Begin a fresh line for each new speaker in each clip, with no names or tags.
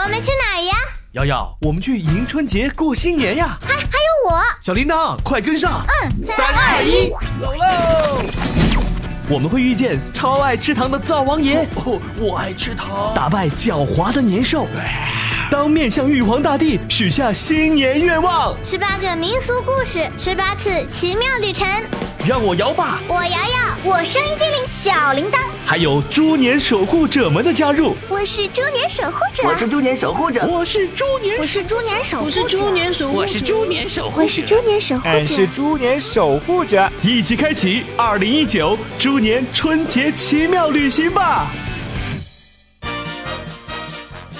我们去哪儿呀？
瑶瑶，我们去迎春节过新年呀！
还还有我，
小铃铛，快跟上！
嗯，三二一，
走喽！我们会遇见超爱吃糖的灶王爷，
哦，我爱吃糖。
打败狡猾的年兽，当面向玉皇大帝许下新年愿望。
十八个民俗故事，十八次奇妙旅程。
让我摇吧！
我瑶瑶，我声音精灵小铃铛，
还有猪年守护者们的加入，
我是猪年守护者，
我是猪年守护者，
我是猪年
我是猪年守护者，我是猪年守护
我是猪年守护者，
我是猪年守护
俺哎是猪年守护者。
一起开启二零一九猪年春节奇妙旅行吧！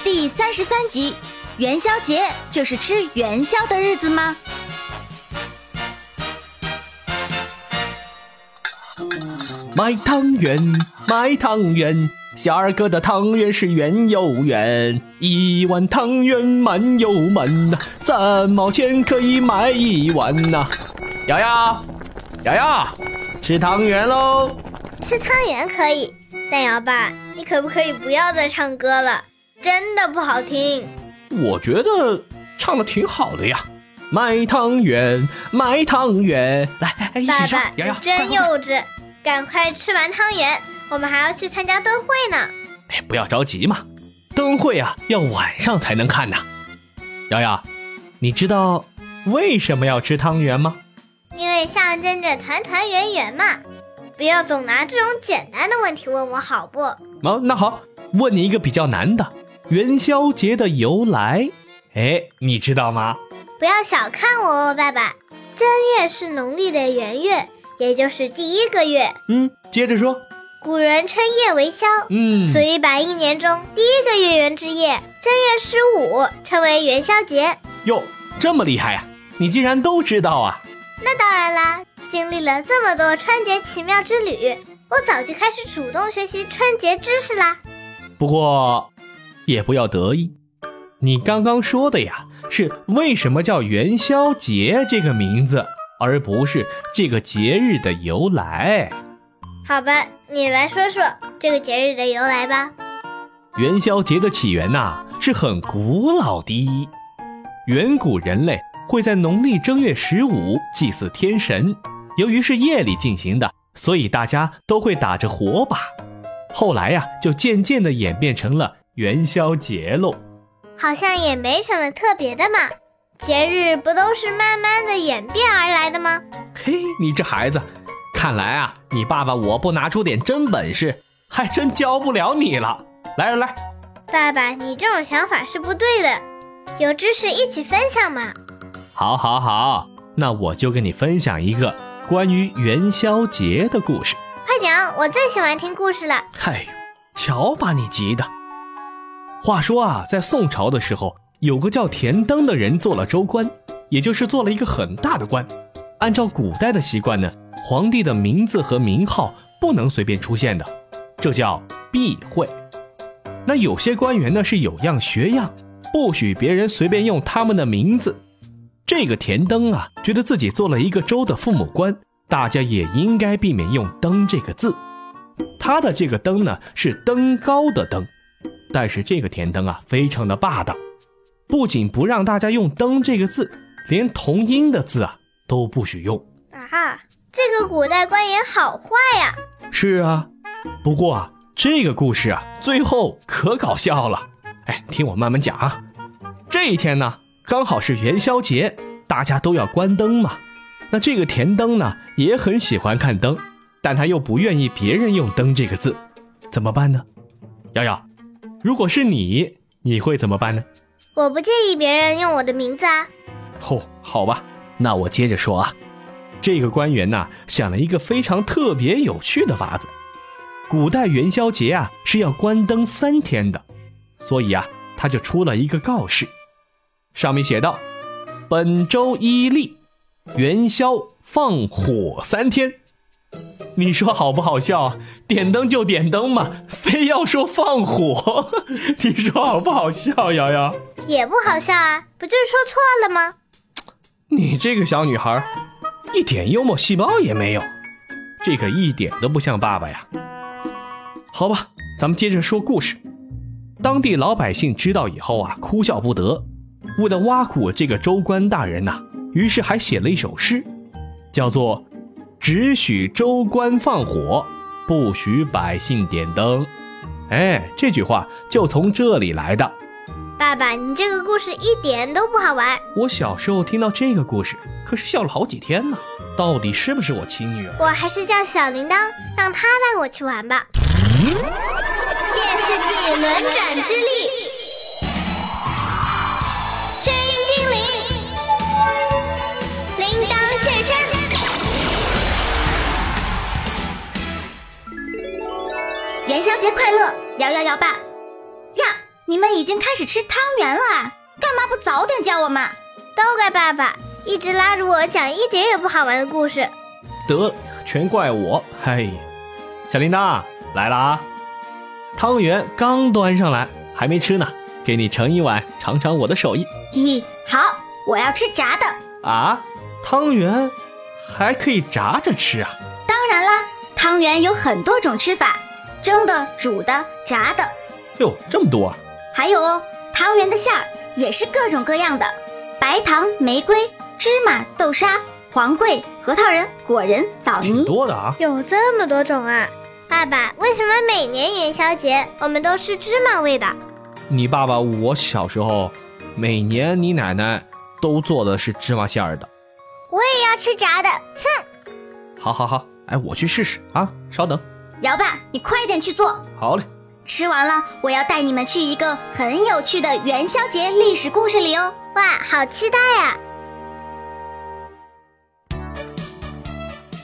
第三十三集，元宵节就是吃元宵的日子吗？
买汤圆，买汤圆，小二哥的汤圆是圆又圆，一碗汤圆满又满呐，三毛钱可以买一碗呐、瑶瑶，瑶瑶，吃汤圆喽！
吃汤圆可以，但姚爸，你可不可以不要再唱歌了？真的不好听。
我觉得唱的挺好的呀。买汤圆，买汤圆，来，哎一
爸
起唱
爸，。你
瑶瑶，快
真
快快
幼稚！赶快吃完汤圆，我们还要去参加灯会呢。
哎不要着急嘛，灯会啊要晚上才能看呐。瑶瑶，你知道为什么要吃汤圆吗？
因为象征着团团圆圆嘛。不要总拿这种简单的问题问我好不？
哦，那好，问你一个比较难的，元宵节的由来，哎，你知道吗？
不要小看我哦，爸爸。正月是农历的元月，也就是第一个月。
嗯，接着说，
古人称夜为宵，
嗯，
所以把一年中第一个月圆之夜，正月十五称为元宵节。
哟，这么厉害呀、你竟然都知道啊！
那当然啦，经历了这么多春节奇妙之旅，我早就开始主动学习春节知识啦。
不过也不要得意，你刚刚说的呀，是为什么叫元宵节这个名字，而不是这个节日的由来。
好吧，你来说说这个节日的由来吧。
元宵节的起源呐、是很古老的。远古人类会在农历正月十五祭祀天神，由于是夜里进行的，所以大家都会打着火把。后来呀、就渐渐的演变成了元宵节喽。
好像也没什么特别的嘛。节日不都是慢慢的演变而来的吗？
嘿，你这孩子，看来啊，你爸爸我不拿出点真本事，还真教不了你了。来来来，
爸爸，你这种想法是不对的，有知识一起分享嘛。
好，好，好，那我就跟你分享一个关于元宵节的故事。
快讲，我最喜欢听故事了。
嗨呦，瞧把你急的！话说啊，在宋朝的时候，有个叫田登的人做了州官，也就是做了一个很大的官。按照古代的习惯呢，皇帝的名字和名号不能随便出现的，这叫避讳。那有些官员呢是有样学样，不许别人随便用他们的名字。这个田登啊，觉得自己做了一个州的父母官，大家也应该避免用“登”这个字。他的这个登呢是登高的登，但是这个田登啊非常的霸道，不仅不让大家用“登”这个字，连同音的字啊都不许用。
啊，这个古代官员好坏呀、
是啊，不过啊这个故事啊最后可搞笑了。哎，听我慢慢讲啊。这一天呢刚好是元宵节，大家都要关灯嘛。那这个田灯呢也很喜欢看灯，但他又不愿意别人用“灯”这个字，怎么办呢？瑶瑶，如果是你，你会怎么办呢？
我不介意别人用我的名字啊。
哦，好吧，那我接着说啊。这个官员呐、想了一个非常特别有趣的法子。古代元宵节啊是要关灯三天的，所以啊他就出了一个告示，上面写道：本周一例，元宵放火三天。你说好不好笑啊？点灯就点灯嘛，非要说放火， 你说好不好笑，瑶瑶？
也不好笑啊，不就是说错了吗？
你这个小女孩儿，一点幽默细胞也没有，这个一点都不像爸爸呀。好吧，咱们接着说故事。当地老百姓知道以后啊，哭笑不得。为了挖苦这个州官大人呐、于是还写了一首诗，叫做《只许州官放火，不许百姓点灯》。哎，这句话就从这里来的。
爸爸，你这个故事一点都不好玩，
我小时候听到这个故事，可是笑了好几天呢。到底是不是我亲女儿？
我还是叫小铃铛，让他带我去玩吧。借世纪轮转之力，声音精灵，铃铛现身。
元宵节快乐，摇摇摇吧！呀，你们已经开始吃汤圆了啊？干嘛不早点叫我嘛？
都怪爸爸，一直拉着我讲一点也不好玩的故事。
得，全怪我。嘿，小铃铛来了啊！汤圆刚端上来，还没吃呢，给你盛一碗，尝尝我的手艺
嘿嘿，好，我要吃炸的。
啊！汤圆还可以炸着吃啊！
当然啦，汤圆有很多种吃法，蒸的、煮的、炸的，
哟，这么多啊！
还有哦，汤圆的馅儿也是各种各样的，白糖、玫瑰、芝麻、豆沙、黄桂、核桃仁、果仁、枣
挺
泥。
多的啊！
有这么多种啊！爸爸，为什么每年元宵节我们都吃芝麻味的？
你爸爸，我小时候，每年你奶奶都做的是芝麻馅儿的。
我也要吃炸的。
好好好，哎，我去试试啊！稍等，
摇吧，你快点去做。
好嘞。
吃完了，我要带你们去一个很有趣的元宵节历史故事里哦。
哇，好期待呀、
啊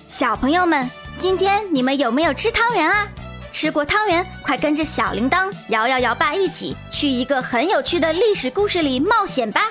小朋友们，今天你们有没有吃汤圆啊？吃过汤圆，快跟着小铃铛、摇摇摇爸一起去一个很有趣的历史故事里冒险吧！